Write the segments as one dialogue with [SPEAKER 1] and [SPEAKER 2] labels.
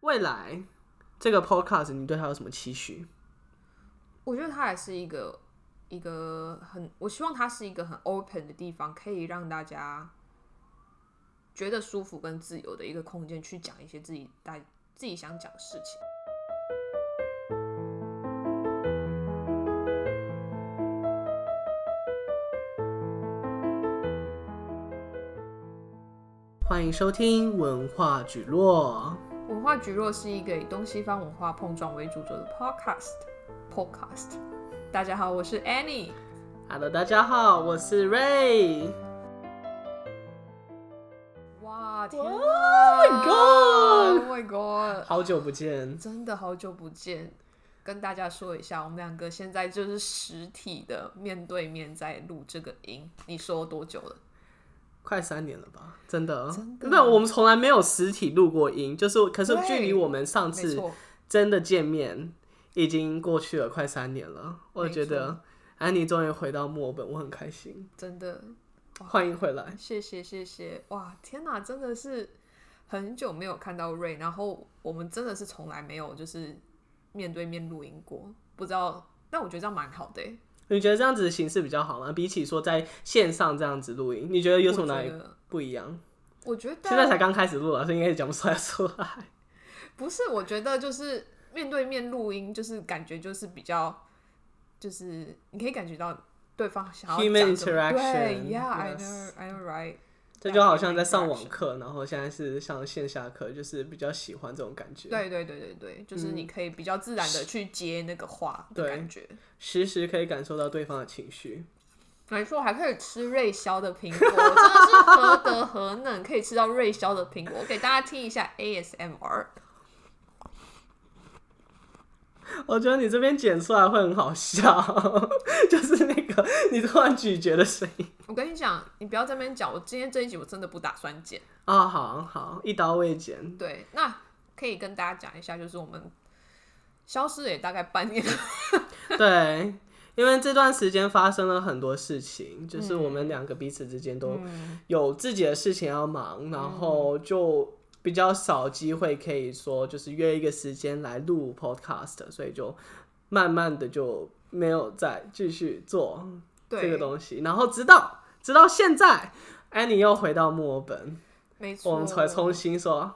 [SPEAKER 1] 未来这个 podcast 你对它有什么期许？
[SPEAKER 2] 我觉得它也是一个一个很，我希望它是一个很 open 的地方，可以让大家觉得舒服跟自由的一个空间，去讲一些自己大自己想讲的事情。
[SPEAKER 1] 欢迎收听文化聚落，
[SPEAKER 2] 文化局若是一个以东西方文化碰撞为主轴的 podcast podcast。大家好，我是 Annie。
[SPEAKER 1] Hello，大家好，我是 Ray。
[SPEAKER 2] 哇天
[SPEAKER 1] Oh my
[SPEAKER 2] god！Oh my god！
[SPEAKER 1] 好久不见，
[SPEAKER 2] 真的好久不见，跟大家说一下，我们两个现在就是实体的面对面在录这个音。你说多久了？
[SPEAKER 1] 快三年了吧？真的，
[SPEAKER 2] 真的
[SPEAKER 1] 没有，我们从来没有实体录过音，就是可是
[SPEAKER 2] 对
[SPEAKER 1] 距离我们上
[SPEAKER 2] 没
[SPEAKER 1] 次
[SPEAKER 2] 错，
[SPEAKER 1] 真的见面已经过去了快三年了。我
[SPEAKER 2] 没
[SPEAKER 1] 觉得
[SPEAKER 2] 错
[SPEAKER 1] 安妮终于回到墨尔本，我很开心，
[SPEAKER 2] 真的，哦
[SPEAKER 1] 欢迎回来。
[SPEAKER 2] 谢谢谢谢。哇，天哪，真的是很久没有看到瑞，然后我们真的是从来没有就是面对面录音过，不知道。但我觉得这样蛮好的欸、
[SPEAKER 1] 你觉得这样子的形式比较好吗？比起说在线上这样子录音，你觉得有什么哪
[SPEAKER 2] 我觉
[SPEAKER 1] 里
[SPEAKER 2] 得
[SPEAKER 1] 不一样？
[SPEAKER 2] 我觉
[SPEAKER 1] 现在
[SPEAKER 2] 得
[SPEAKER 1] 才刚开始录啊，所以应该也讲不出来出来。
[SPEAKER 2] 不是，我觉得就是面对面录音，就是感觉就是比较，就是你可以感觉到对方想要
[SPEAKER 1] Human
[SPEAKER 2] 讲什么
[SPEAKER 1] interaction，
[SPEAKER 2] 对，Yeah，I
[SPEAKER 1] yes
[SPEAKER 2] know，I know right。
[SPEAKER 1] 这就好像在上网课，然后现在是上线下课，就是比较喜欢这种感觉。
[SPEAKER 2] 对对对对对，就是你可以比较自然的去接那个话的
[SPEAKER 1] 嗯对
[SPEAKER 2] 感觉。
[SPEAKER 1] 时时可以感受到对方的情绪。
[SPEAKER 2] 没错，还可以吃瑞霄的苹果，真的是何德何能，可以吃到瑞霄的苹果。我给大家听一下 ASMR。
[SPEAKER 1] 我觉得你这边剪出来会很好笑， 就是那个你突然咀嚼的声音。
[SPEAKER 2] 我跟你讲，你不要在那边讲，我今天这一集我真的不打算剪。
[SPEAKER 1] 啊、好好，一刀未剪。
[SPEAKER 2] 对，那可以跟大家讲一下，就是我们消失了也大概半年，
[SPEAKER 1] 对，因为这段时间发生了很多事情，就是我们两个彼此之间都有自己的事情要忙，然后就比较少机会可以说就是约一个时间来录 podcast，所以就慢慢的就没有再继续做这个
[SPEAKER 2] 嗯对，
[SPEAKER 1] 东西。然后直到直到现在，安妮又回到墨尔本，
[SPEAKER 2] 没错，
[SPEAKER 1] 我们才重新说。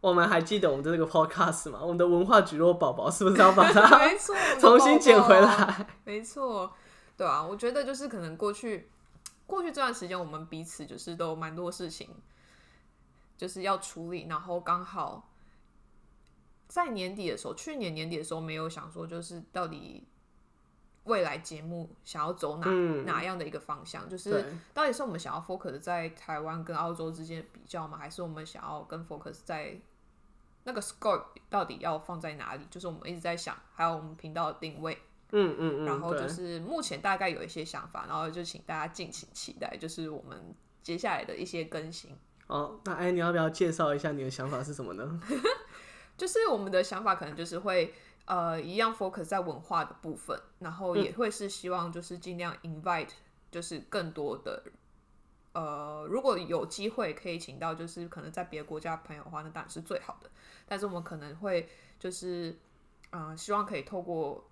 [SPEAKER 1] 我们还记得我们的这个 podcast 吗？我们的文化局落宝宝是不是要把 它
[SPEAKER 2] 没错，我们的
[SPEAKER 1] 重新捡回
[SPEAKER 2] 宝宝，
[SPEAKER 1] 来？
[SPEAKER 2] 没错，对啊，我觉得就是可能过去过去这段时间，我们彼此就是都有蛮多事情，就是要处理，然后刚好在年底的时候，去年年底的时候没有想说就是到底。未来节目想要走哪、
[SPEAKER 1] 嗯
[SPEAKER 2] 哪样的一个方向？就是
[SPEAKER 1] 对，
[SPEAKER 2] 到底是我们想要 focus 在台湾跟澳洲之间的比较吗？还是我们想要跟 focus 在那个 scope 到底要放在哪里？就是我们一直在想，还有我们频道的定位，
[SPEAKER 1] 嗯嗯嗯，
[SPEAKER 2] 然后
[SPEAKER 1] 对
[SPEAKER 2] 就是目前大概有一些想法，然后就请大家敬请期待，就是我们接下来的一些更新。
[SPEAKER 1] 哦，那哎，你要不要介绍一下你的想法是什么呢？
[SPEAKER 2] 就是我们的想法可能就是会呃一样 focus 在文化的部分，然后也会是希望就是尽量 invite 就是更多的呃，如果有机会可以请到就是可能在别的国家的朋友的话，那当然是最好的。但是我们可能会就是嗯、呃希望可以透过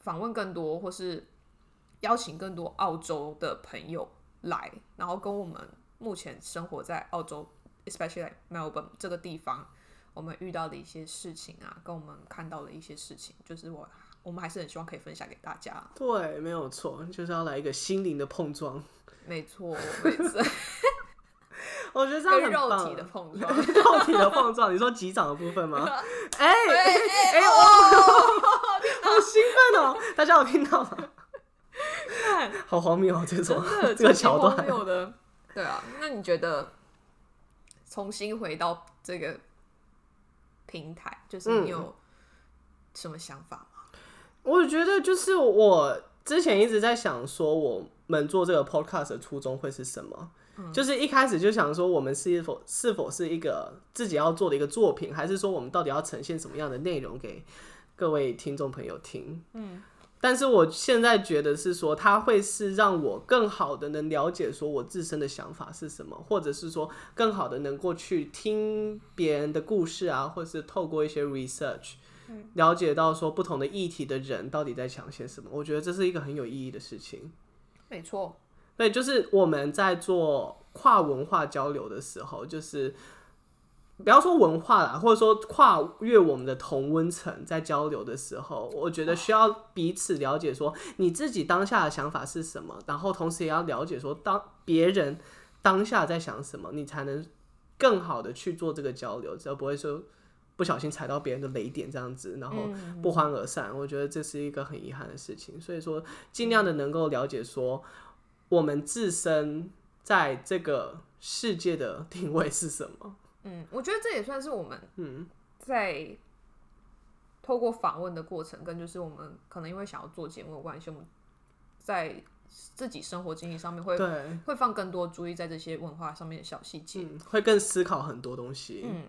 [SPEAKER 2] 访问更多或是邀请更多澳洲的朋友来，然后跟我们目前生活在澳洲，especially like Melbourne 这个地方，我们遇到的一些事情啊，跟我们看到的一些事情，就是我我们还是很希望可以分享给大家。
[SPEAKER 1] 对，没有错，就是要来一个心灵的碰撞。
[SPEAKER 2] 没错，没错，
[SPEAKER 1] 我觉得这样
[SPEAKER 2] 跟
[SPEAKER 1] 很
[SPEAKER 2] 肉
[SPEAKER 1] 棒。
[SPEAKER 2] 体的碰 撞。
[SPEAKER 1] 肉体的碰撞，你说击掌的部 分吗？哎哎哎，我好兴奋哦！大家有听到 吗？好荒谬哦，这种
[SPEAKER 2] 真 的
[SPEAKER 1] 这个
[SPEAKER 2] 超
[SPEAKER 1] 桥段
[SPEAKER 2] 级荒。谬的。对啊，那你觉得重新回到这个平台，就是
[SPEAKER 1] 嗯
[SPEAKER 2] 你有什么想法吗？
[SPEAKER 1] 我觉得就是我之前一直在想说，我们做这个 podcast 的初衷会是什么？就是一开始就想说，我们是否是否是一个自己要做的一个作品，还是说我们到底要呈现什么样的内容给各位听众朋友听？嗯，但是我现在觉得是说，它会是让我更好的能了解说我自身的想法是什么，或者是说更好的能够去听别人的故事啊，或是透过一些 research，了解到说不同的议题的人到底在想些什么。我觉得这是一个很有意义的事情。
[SPEAKER 2] 没错，
[SPEAKER 1] 对，就是我们在做跨文化交流的时候，就是不要说文化啦，或者说跨越我们的同温层在交流的时候，我觉得需要彼此了解说你自己当下的想法是什么，然后同时也要了解说当别人当下在想什么，你才能更好的去做这个交流，只要不会说。不小心踩到别人的雷点这样子，然后
[SPEAKER 2] 嗯
[SPEAKER 1] 不欢而散，我觉得这是一个很遗憾的事情。所以说，尽量的能够了解说，我们自身在这个世界的定位是什么？
[SPEAKER 2] 嗯，我觉得这也算是我们
[SPEAKER 1] 嗯
[SPEAKER 2] 在透过访问的过程，跟就是我们可能因为想要做节目的关系，我们在自己生活经历上面会
[SPEAKER 1] 对，
[SPEAKER 2] 会放更多注意在这些文化上面的小细节。
[SPEAKER 1] 嗯，会更思考很多东西。嗯，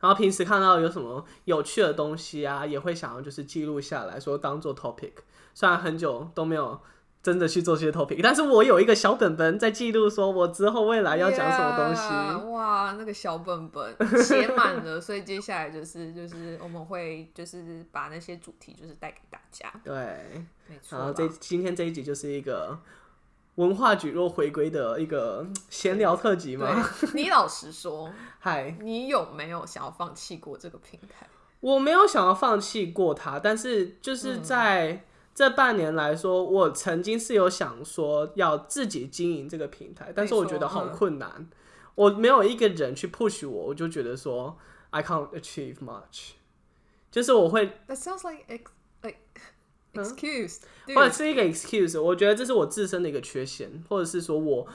[SPEAKER 1] 然后平时看到有什么有趣的东西啊，也会想要就是记录下来说当做 topic。虽然很久都没有真的去做这些 topic，但是我有一个小本本在记录，说我之后未来要讲什么东西。
[SPEAKER 2] Yeah，哇，那个小本 本写满了，所以接下来就是就是我们会就是把那些主题就是带给大家，
[SPEAKER 1] 对。
[SPEAKER 2] 没错
[SPEAKER 1] 然后
[SPEAKER 2] 啦。
[SPEAKER 1] 这今天这一集就是一个文化举弱回归的一个闲聊特辑嘛。
[SPEAKER 2] 对，你老实说，
[SPEAKER 1] 嗨，
[SPEAKER 2] 你有没有想要放弃过这个平台？
[SPEAKER 1] 我没有想要放弃过它，但是
[SPEAKER 2] 嗯
[SPEAKER 1] 就是在这半年来说，我曾经是有想说要自己经营这个平台，但是我觉得
[SPEAKER 2] 嗯
[SPEAKER 1] 好困难，我没有一个人去 push 我，我就觉得说 I can't achieve much，就是我会
[SPEAKER 2] That sounds like ex like excuse，、
[SPEAKER 1] 嗯或者是一个 excuse，我觉得这是我自身的一个缺陷，或者是说我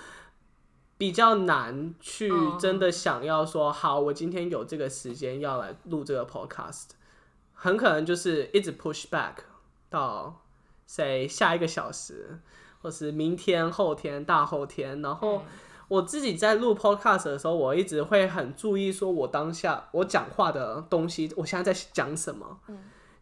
[SPEAKER 1] 比较难去
[SPEAKER 2] 嗯
[SPEAKER 1] 真的想要说，好，我今天有这个时间要来录这个 podcast，很可能就是一直 push back 到谁下一个小时，或是明天、后天、大后天，然后。我自己在录 podcast 的时候，我一直会很注意，说我当下我讲话的东西，我现在在讲什么。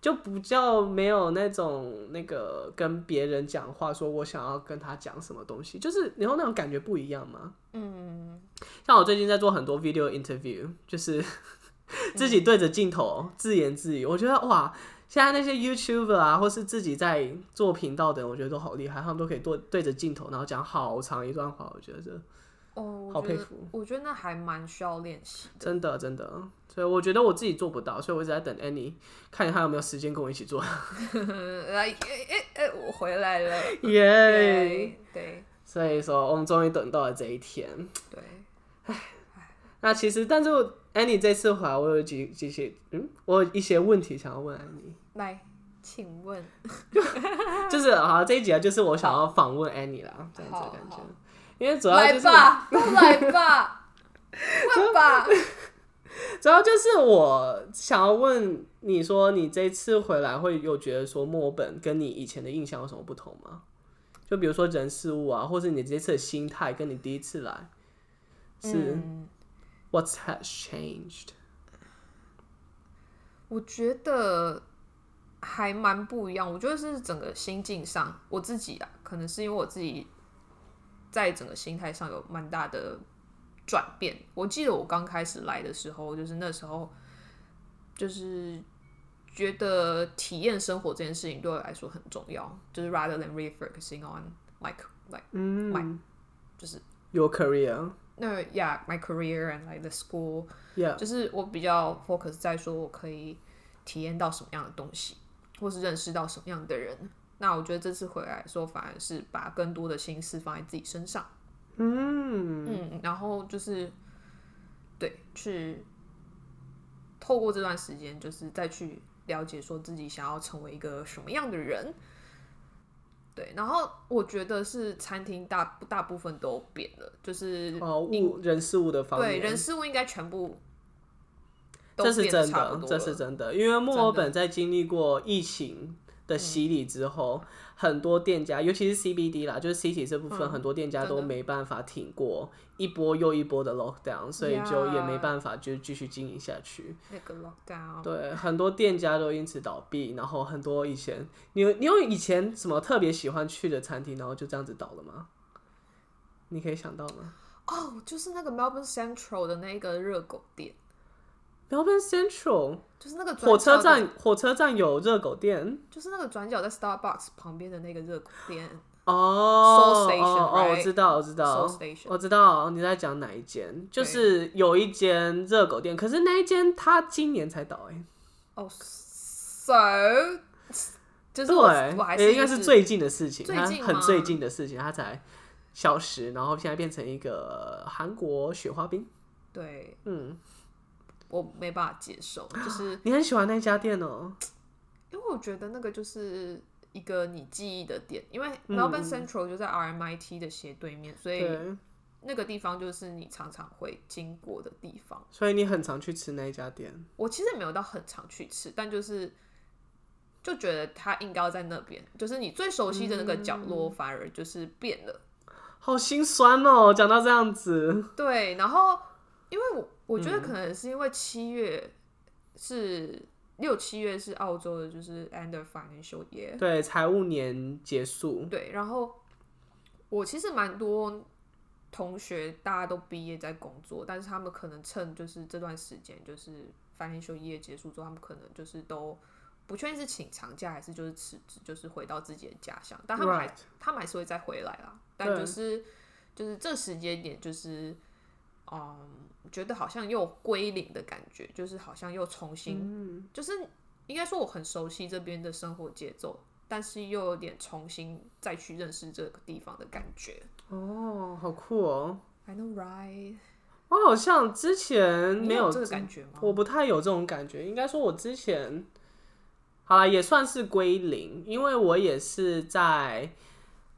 [SPEAKER 1] 就比较没有那种那个跟别人讲话，说我想要跟他讲什么东西，就是然后那种感觉不一样嘛。嗯，像我最近在做很多 video interview，就是 自己对着镜头自言自语，我觉得哇，现在那些 YouTuber 啊，或是自己在做频道的人，我觉得都好厉害，他们都可以对对着镜头，然后讲好长一段话，我觉得这
[SPEAKER 2] 哦，我
[SPEAKER 1] 好
[SPEAKER 2] 觉
[SPEAKER 1] 佩
[SPEAKER 2] 得我觉得那还蛮需要练习。
[SPEAKER 1] 真的真的，所以我觉得我自己做不到，所以我一直在等 Annie，看她有没有时间跟我一起做。嗯
[SPEAKER 2] 来，哎哎哎，我回来了，
[SPEAKER 1] 耶、
[SPEAKER 2] 对对
[SPEAKER 1] 所以说，我们终于等到了这一天。
[SPEAKER 2] 对，
[SPEAKER 1] 那其实，但是我 Annie 这次回来，我有几几些，嗯，我有一些问题想要问 Annie，
[SPEAKER 2] 来，请问，
[SPEAKER 1] 就是好这一集啊，就是我想要访问 Annie 啦，这样子的
[SPEAKER 2] 好
[SPEAKER 1] 感觉
[SPEAKER 2] 好，
[SPEAKER 1] 因为主要
[SPEAKER 2] 来
[SPEAKER 1] 就是
[SPEAKER 2] 吧，都来 吧，问吧，
[SPEAKER 1] 主要就是我想要问你说，你这次回来会有觉得说墨尔本跟你以前的印象有什么不同吗？就比如说人事物啊，或是你这次的心态，跟你第一次来是、
[SPEAKER 2] 嗯
[SPEAKER 1] What's has changed？
[SPEAKER 2] 我觉得还蛮不一样。我觉得是整个心境上，我自己啊，可能是因为我自己在整个心态上有蛮大的转变。我记得我刚开始来的时候，就是那时候，就是觉得体验生活这件事情对我来说很重要，就是 rather than really focusing on like like
[SPEAKER 1] 嗯
[SPEAKER 2] My- 就是
[SPEAKER 1] Your career，
[SPEAKER 2] 那 yeah my career and like the school
[SPEAKER 1] yeah，
[SPEAKER 2] 就是我比较 focus 在说我可以体验到什么样的东西，或是认识到什么样的人。那我觉得这次回来说，反而是把更多的心思放在自己身上。嗯然后就是对，去透过这段时间，就是再去了解说自己想要成为一个什么样的人。对，然后我觉得是餐厅大大部分都变了，就是
[SPEAKER 1] 哦，物人事物的方面，
[SPEAKER 2] 对人事物应该全部都
[SPEAKER 1] 这是
[SPEAKER 2] 变得
[SPEAKER 1] 真
[SPEAKER 2] 差不
[SPEAKER 1] 的，
[SPEAKER 2] 多
[SPEAKER 1] 这
[SPEAKER 2] 了。
[SPEAKER 1] 是真的，因为墨尔本在经历过疫情
[SPEAKER 2] 嗯
[SPEAKER 1] 的洗礼之后，很多店家，尤其是 CBD 啦，就是 City 这部分，
[SPEAKER 2] 嗯
[SPEAKER 1] 很多店家都
[SPEAKER 2] 真的
[SPEAKER 1] 没办法挺过一波又一波的 lockdown，所以就也
[SPEAKER 2] Yeah
[SPEAKER 1] 没办法就继续经营下去。
[SPEAKER 2] 那个啊 lockdown，
[SPEAKER 1] 对，很多店家都因此倒闭，然后很多以前你有你有以前什么特别喜欢去的餐厅，然后就这样子倒了吗？你可以想到吗
[SPEAKER 2] 哦，就是那个 Melbourne Central 的那一个热狗店，
[SPEAKER 1] ？Melbourne Central
[SPEAKER 2] 就是那个
[SPEAKER 1] 火
[SPEAKER 2] 转角
[SPEAKER 1] 车
[SPEAKER 2] 的，
[SPEAKER 1] 站，火车站有热狗店
[SPEAKER 2] 就是那个转角在 Starbucks 旁边的那个热狗店，
[SPEAKER 1] 哦
[SPEAKER 2] Seoul Station，
[SPEAKER 1] 哦哦，我
[SPEAKER 2] right？
[SPEAKER 1] 知道，我知道
[SPEAKER 2] Seoul Station
[SPEAKER 1] 我知道你在讲哪一间，就
[SPEAKER 2] 对
[SPEAKER 1] 是有一间热狗店，可是那一间它今年才倒哎、
[SPEAKER 2] 哦，so 就是我我还
[SPEAKER 1] 对，欸
[SPEAKER 2] 是
[SPEAKER 1] 应该
[SPEAKER 2] 一
[SPEAKER 1] 是
[SPEAKER 2] 直
[SPEAKER 1] 最近的事情，
[SPEAKER 2] 最
[SPEAKER 1] 它
[SPEAKER 2] 近
[SPEAKER 1] 很
[SPEAKER 2] 吗
[SPEAKER 1] 最近的事情，它才消失，然后现在变成一个韩国雪花冰。
[SPEAKER 2] 对
[SPEAKER 1] 嗯，
[SPEAKER 2] 我没办法接受， 就是
[SPEAKER 1] 你很喜欢那家店哦，
[SPEAKER 2] 因为我觉得那个就是一个你记忆的点，因为
[SPEAKER 1] 嗯
[SPEAKER 2] Melbourne Central 就在 RMIT 的斜对面，所以
[SPEAKER 1] 对，
[SPEAKER 2] 那个地方就是你常常会经过的地方。
[SPEAKER 1] 所以你很常去吃那一家店。
[SPEAKER 2] 我其实没有到很常去吃，但就是就觉得它应该要在那边，就是你最熟悉的那个角落，反而就是变了。
[SPEAKER 1] 好心酸哦，讲到这样子，
[SPEAKER 2] 对，然后因为我我觉得可能是因为七月是、六七月是澳洲的，就是 end of financial year，
[SPEAKER 1] 对，财务年结束，
[SPEAKER 2] 对，然后我其实蛮多同学，大家都毕业在工作，但是他们可能趁就是这段时间，就是翻译休业结束之后，他们可能就是都不确定是请长假还是就是辞职，就是回到自己的家乡，但他们还他们还是会再回来啦。但
[SPEAKER 1] 对
[SPEAKER 2] 就是就是这时间点，就是嗯，觉得好像又归零的感觉，就是好像又重新，
[SPEAKER 1] 嗯
[SPEAKER 2] 就是应该说我很熟悉这边的生活节奏，但是又有点重新再去认识这个地方的感觉。
[SPEAKER 1] 哦，好酷哦。
[SPEAKER 2] I know right？
[SPEAKER 1] 我好像之前
[SPEAKER 2] 你
[SPEAKER 1] 嗯没有
[SPEAKER 2] 这个感觉吗？
[SPEAKER 1] 我不太有这种感觉，应该说我之前，好啦，也算是归零，因为我也是在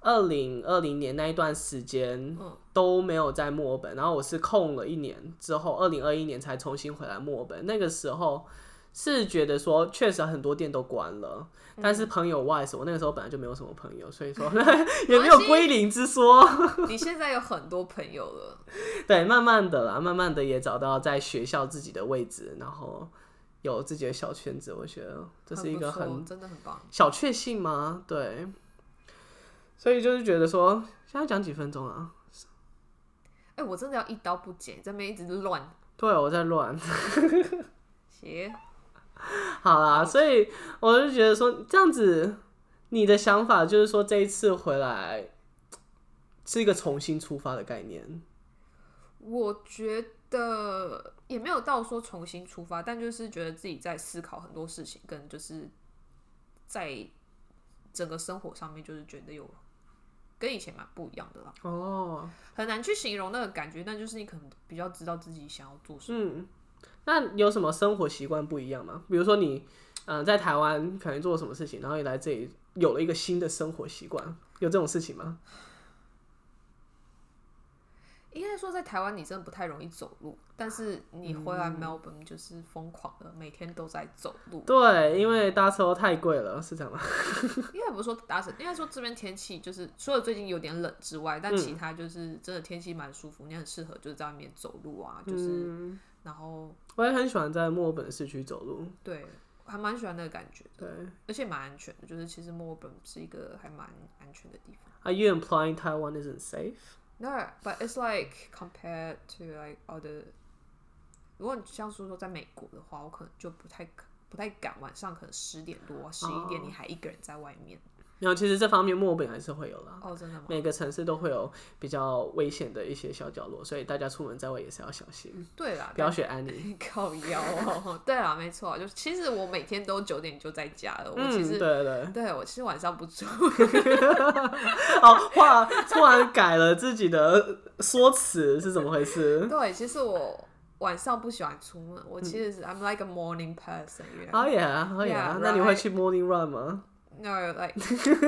[SPEAKER 1] 二零二零年那一段时间
[SPEAKER 2] 嗯
[SPEAKER 1] 都没有在墨尔本，然后我是空了一年之后，二零二一年才重新回来墨尔本。那个时候是觉得说，确实很多店都关了，
[SPEAKER 2] 嗯
[SPEAKER 1] 但是朋友外是我那个时候本来就没有什么朋友，所以 说 也没有归零之说。
[SPEAKER 2] 你现在有很多朋友了，
[SPEAKER 1] 对，慢慢的啦，慢慢的也找到在学校自己的位置，然后有自己的小圈子，我觉得这是一个
[SPEAKER 2] 很不错
[SPEAKER 1] 很
[SPEAKER 2] 真的很棒。
[SPEAKER 1] 小确幸吗？对，所以就是觉得说，现在讲几分钟啊？
[SPEAKER 2] 哎、我真的要一刀不剪，这边一直乱
[SPEAKER 1] 对，我在乱。
[SPEAKER 2] 写。
[SPEAKER 1] 好啦，所以我就觉得说，这样子，你的想法就是说，这一次回来是一个重新出发的概念。
[SPEAKER 2] 我觉得也没有到说重新出发，但就是觉得自己在思考很多事情，跟就是在整个生活上面，就是觉得有跟以前蛮不一样的啦，
[SPEAKER 1] 哦，
[SPEAKER 2] 很难去形容那个感觉，但就是你可能比较知道自己想要做什么。
[SPEAKER 1] 嗯，那有什么生活习惯不一样吗？比如说你，嗯、在台湾可能做了什么事情，然后你来这里有了一个新的生活习惯，有这种事情吗？。
[SPEAKER 2] 应该说在台湾你真的不太容易走路，但是你回来 Melbourne 就是疯狂的，每天都在走路
[SPEAKER 1] 对，因为搭车太贵了，是这样吗？
[SPEAKER 2] 应该不是说打伞，应该说这边天气就是除了最近有点冷之外，但其他就是真的天气蛮舒服，你很适合就是在外面走路啊，就是、然后
[SPEAKER 1] 我也很喜欢在墨尔本市区走路，
[SPEAKER 2] 对，还蛮喜欢那个感觉，
[SPEAKER 1] 对。
[SPEAKER 2] 而且蛮安全的，就是其实墨尔本是一个还蛮安全的地方。
[SPEAKER 1] Are you implying Taiwan isn't safe？
[SPEAKER 2] 那 but it's like compared to like other，如果你像说说在美国的话，我可能就不太不太敢晚上可能十点多十一点你还一个人在外面。
[SPEAKER 1] 然后其实这方面墨尔本还是会有啦，
[SPEAKER 2] 哦，真的吗？
[SPEAKER 1] 每个城市都会有比较危险的一些小角落，所以大家出门在外也是要小心，
[SPEAKER 2] 对啦，
[SPEAKER 1] 不要学安妮。
[SPEAKER 2] 靠腰哦，对啦，没错， 就是其实我每天都九点就在家了，啊我
[SPEAKER 1] 嗯，
[SPEAKER 2] 其
[SPEAKER 1] 对
[SPEAKER 2] 实、
[SPEAKER 1] 对对。
[SPEAKER 2] 对我其实晚上不出，
[SPEAKER 1] 哦，话突然改了自己的说辞是怎么回事？
[SPEAKER 2] 对，其实我晚上不喜欢出门，我其实是、I'm like a morning person，you know，
[SPEAKER 1] 好呀，好呀
[SPEAKER 2] Yeah，，
[SPEAKER 1] 那你会
[SPEAKER 2] right
[SPEAKER 1] 去 morning run 吗
[SPEAKER 2] No, like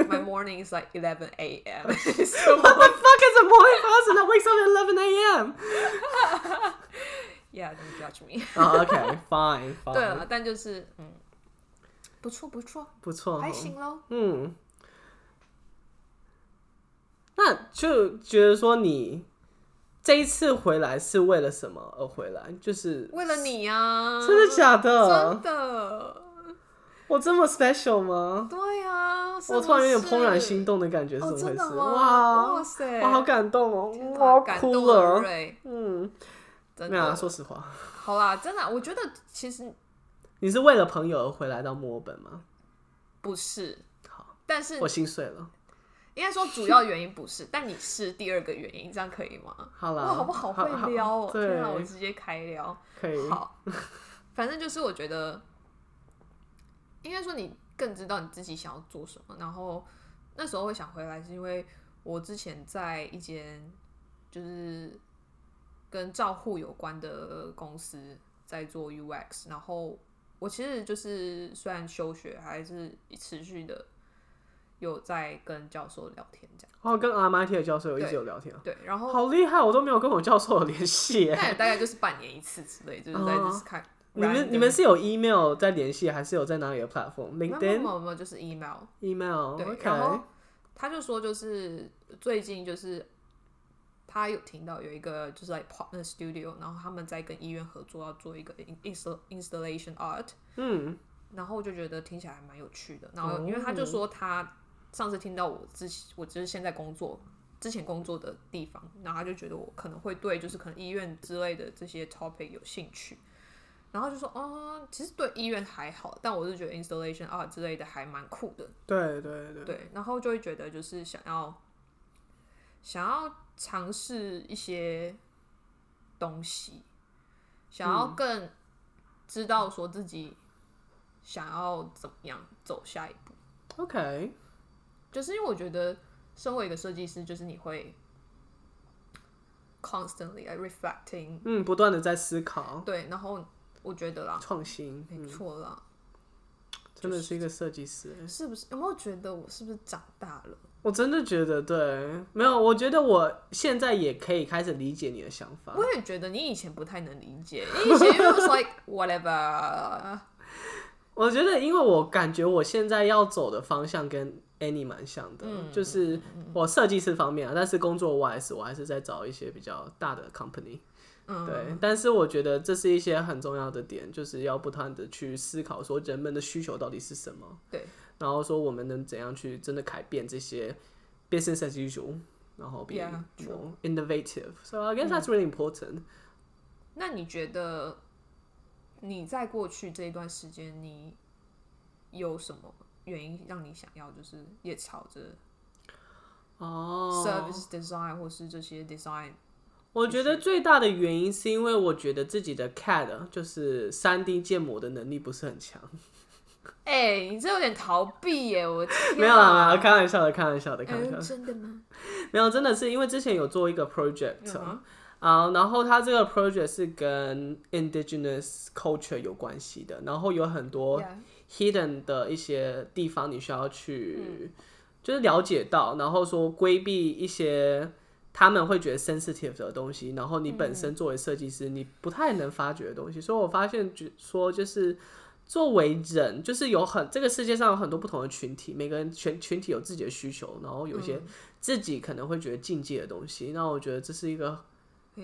[SPEAKER 2] my morning is like
[SPEAKER 1] Oh,
[SPEAKER 2] eleven a.m. So
[SPEAKER 1] ？What the fuck is a morning person that wakes up at eleven a.m.？
[SPEAKER 2] yeah, don't judge me.
[SPEAKER 1] 哦 o k Oh, fine,
[SPEAKER 2] 对啊
[SPEAKER 1] fine.
[SPEAKER 2] 了，但就是嗯，不错不错，
[SPEAKER 1] 不错，哦
[SPEAKER 2] 还行喽。
[SPEAKER 1] 嗯，那就觉得说你这一次回来是为了什么而回来？就是
[SPEAKER 2] 为了你啊，
[SPEAKER 1] 真的假的？
[SPEAKER 2] 真的，
[SPEAKER 1] 我这么 special 吗？
[SPEAKER 2] 对啊，是
[SPEAKER 1] 我
[SPEAKER 2] 不
[SPEAKER 1] 突然有点
[SPEAKER 2] 是
[SPEAKER 1] 怦然心动的感觉，是
[SPEAKER 2] 哦，
[SPEAKER 1] 怎么回
[SPEAKER 2] 真
[SPEAKER 1] 事？
[SPEAKER 2] 的吗？
[SPEAKER 1] 哇
[SPEAKER 2] 哇塞，
[SPEAKER 1] 我好感动哦，
[SPEAKER 2] 天哪
[SPEAKER 1] 哇
[SPEAKER 2] 感
[SPEAKER 1] 哭
[SPEAKER 2] 动了
[SPEAKER 1] 了。
[SPEAKER 2] 瑞，
[SPEAKER 1] 嗯，
[SPEAKER 2] 真
[SPEAKER 1] 没有啊，
[SPEAKER 2] 的。
[SPEAKER 1] 说实话，
[SPEAKER 2] 好啦，真的，我觉得其实
[SPEAKER 1] 你是为了朋友而回来到墨尔本吗？
[SPEAKER 2] 不是，
[SPEAKER 1] 好，
[SPEAKER 2] 但是
[SPEAKER 1] 我心碎了。
[SPEAKER 2] 应该说主要原因不是，但你是第二个原因，这样可以吗？
[SPEAKER 1] 好啦，
[SPEAKER 2] 哇，好不好？会撩哦、
[SPEAKER 1] 好
[SPEAKER 2] 天啊，我
[SPEAKER 1] 对，
[SPEAKER 2] 直接开撩。
[SPEAKER 1] 可以，
[SPEAKER 2] 好， 反正就是我觉得，应该说你更知道你自己想要做什么。然后那时候会想回来，是因为我之前在一间就是跟照护有关的公司在做 UX，然后我其实就是虽然休学，还是持续的有在跟教授聊天这样。
[SPEAKER 1] 哦，跟 MIT 的教授有一直
[SPEAKER 2] 对哦
[SPEAKER 1] 有聊天，啊
[SPEAKER 2] 对，然后
[SPEAKER 1] 好厉害，我都没有跟我教授有联系 耶。
[SPEAKER 2] 但也大概就是半年一次之类，就是在就是看。
[SPEAKER 1] 哦你们你们是有 email 在联系，还是有在哪里的 platform？LinkedIn、
[SPEAKER 2] 没有没有，就是 email。
[SPEAKER 1] email
[SPEAKER 2] 对
[SPEAKER 1] OK，
[SPEAKER 2] 然后他就说，就是最近就是他有听到有一个就是 like partner studio，然后他们在跟医院合作要做一个 install installation art，
[SPEAKER 1] 嗯，
[SPEAKER 2] 然后我就觉得听起来还蛮有趣的。然后因为他就说他上次听到我之前我就是现在工作之前工作的地方，然后他就觉得我可能会对就是可能医院之类的这些 topic 有兴趣。然后就说，哦，其实对医院还好，但我是觉得 installation art 之类的还蛮酷的。
[SPEAKER 1] 对对对，
[SPEAKER 2] 对，然后就会觉得就是想要想要尝试一些东西，想要更知道说自己想要怎么样走下一步，
[SPEAKER 1] OK，
[SPEAKER 2] 就是因为我觉得身为一个设计师，就是你会 constantly like reflecting，
[SPEAKER 1] 嗯，不断的在思考
[SPEAKER 2] 对，然后我觉得啦，
[SPEAKER 1] 创新，
[SPEAKER 2] 没错啦，
[SPEAKER 1] 真的是一个设计师。
[SPEAKER 2] 是不是有没有觉得我是不是长大了？
[SPEAKER 1] 我真的觉得对，没有，我觉得我现在也可以开始理解你的想法。
[SPEAKER 2] 我也觉得你以前不太能理解， 你以前就是 like whatever，
[SPEAKER 1] 我觉得，因为我感觉我现在要走的方向跟 Annie 蛮像的，
[SPEAKER 2] 嗯
[SPEAKER 1] 就是我设计师方面啊，但是工作 wise 我还是在找一些比较大的 company。
[SPEAKER 2] 嗯
[SPEAKER 1] 对，但是我觉得这是一些很重要的点，就是要不断的去思考说人们的需求到底是什么，
[SPEAKER 2] 对，
[SPEAKER 1] 然后说我们能怎样去真的改变这些 business as usual，然后 be
[SPEAKER 2] Yeah,
[SPEAKER 1] more innovative. So I guess that's really important.
[SPEAKER 2] 那你觉得你在过去这一段时间，你有什么原因让你想要就是也朝着
[SPEAKER 1] 哦、
[SPEAKER 2] service design 或是这些 design？
[SPEAKER 1] 我觉得最大的原因是因为我觉得自己的 CAD 就是三 D 建模的能力不是很强。
[SPEAKER 2] 哎、你这有点逃避耶！我天啊
[SPEAKER 1] 没有啦，没有啦，开玩笑的，开玩笑的，开玩笑
[SPEAKER 2] 哎
[SPEAKER 1] 的。
[SPEAKER 2] 真的吗？
[SPEAKER 1] 没有，真的是因为之前有做一个 project
[SPEAKER 2] 嗯哼
[SPEAKER 1] 啊、然后它这个 project 是跟 indigenous culture 有关系的，然后有很多
[SPEAKER 2] Yeah
[SPEAKER 1] hidden 的一些地方你需要去，就是了解到，然后说规避一些他们会觉得 sensitive 的东西，然后你本身作为设计师，你不太能发掘的东西，所以我发现就说就是。作为人，就是有很这个世界上有很多不同的群体，每个人群群体有自己的需求，然后有一些自己可能会觉得禁忌的东西。那我觉得这是一个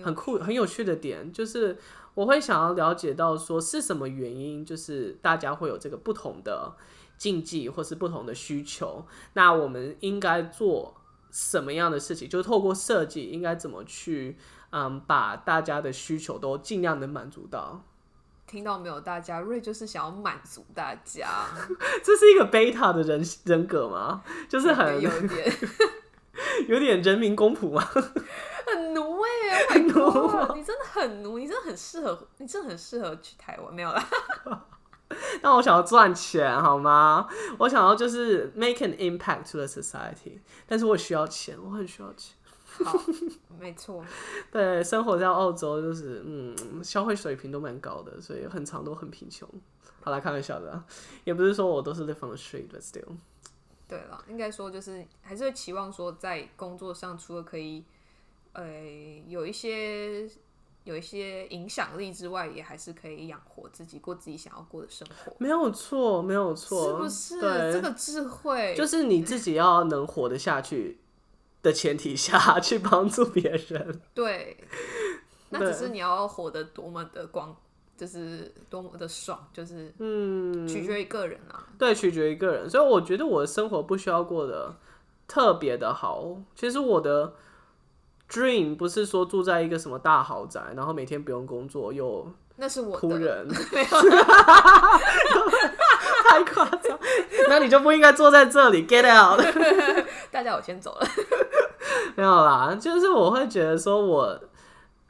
[SPEAKER 1] 很酷、很有趣的点，就是我会想要了解到说是什么原因，就是大家会有这个不同的禁忌或是不同的需求，那我们应该做什么样的事情？就是透过设计，应该怎么去嗯，把大家的需求都尽量能满足到。
[SPEAKER 2] 听到没有？大家瑞就是想要满足大家，
[SPEAKER 1] 这是一个贝塔的人人格吗？ 就是很
[SPEAKER 2] 有一点
[SPEAKER 1] 有点人民公仆吗？
[SPEAKER 2] 很奴哎、很奴、你真的很奴，你真的很适合，你真的很适合去台湾，没有啦。
[SPEAKER 1] 那我想要赚钱，好吗？我想要就是 make an impact to the society，但是我需要钱，我很需要钱。
[SPEAKER 2] 好，没错，
[SPEAKER 1] 对，生活在澳洲就是，嗯，消费水平都蛮高的，所以很常都很贫穷。好啦，开玩笑的啊，也不是说我都是 live on the street，but still，
[SPEAKER 2] 对了，应该说就是还是会期望说，在工作上除了可以，呃，有一些有一些影响力之外，也还是可以养活自己，过自己想要过的生活，
[SPEAKER 1] 没有错，没有错，
[SPEAKER 2] 是不是？
[SPEAKER 1] 对，
[SPEAKER 2] 这个智慧
[SPEAKER 1] 就是你自己要能活得下去的前提下去帮助别人。
[SPEAKER 2] 对，那只是你要活得多么的光，就是多么的爽，就是嗯，取决于个人啊。
[SPEAKER 1] 对，取决于个人。所以我觉得我的生活不需要过得特别的好。其实我的 dream 不是说住在一个什么大豪宅，然后每天不用工作又
[SPEAKER 2] 那是我
[SPEAKER 1] 仆
[SPEAKER 2] 的，
[SPEAKER 1] 人，太夸张。那你就不应该坐在这里，get out。
[SPEAKER 2] 大家我先走了。
[SPEAKER 1] 没有啦，就是我会觉得说我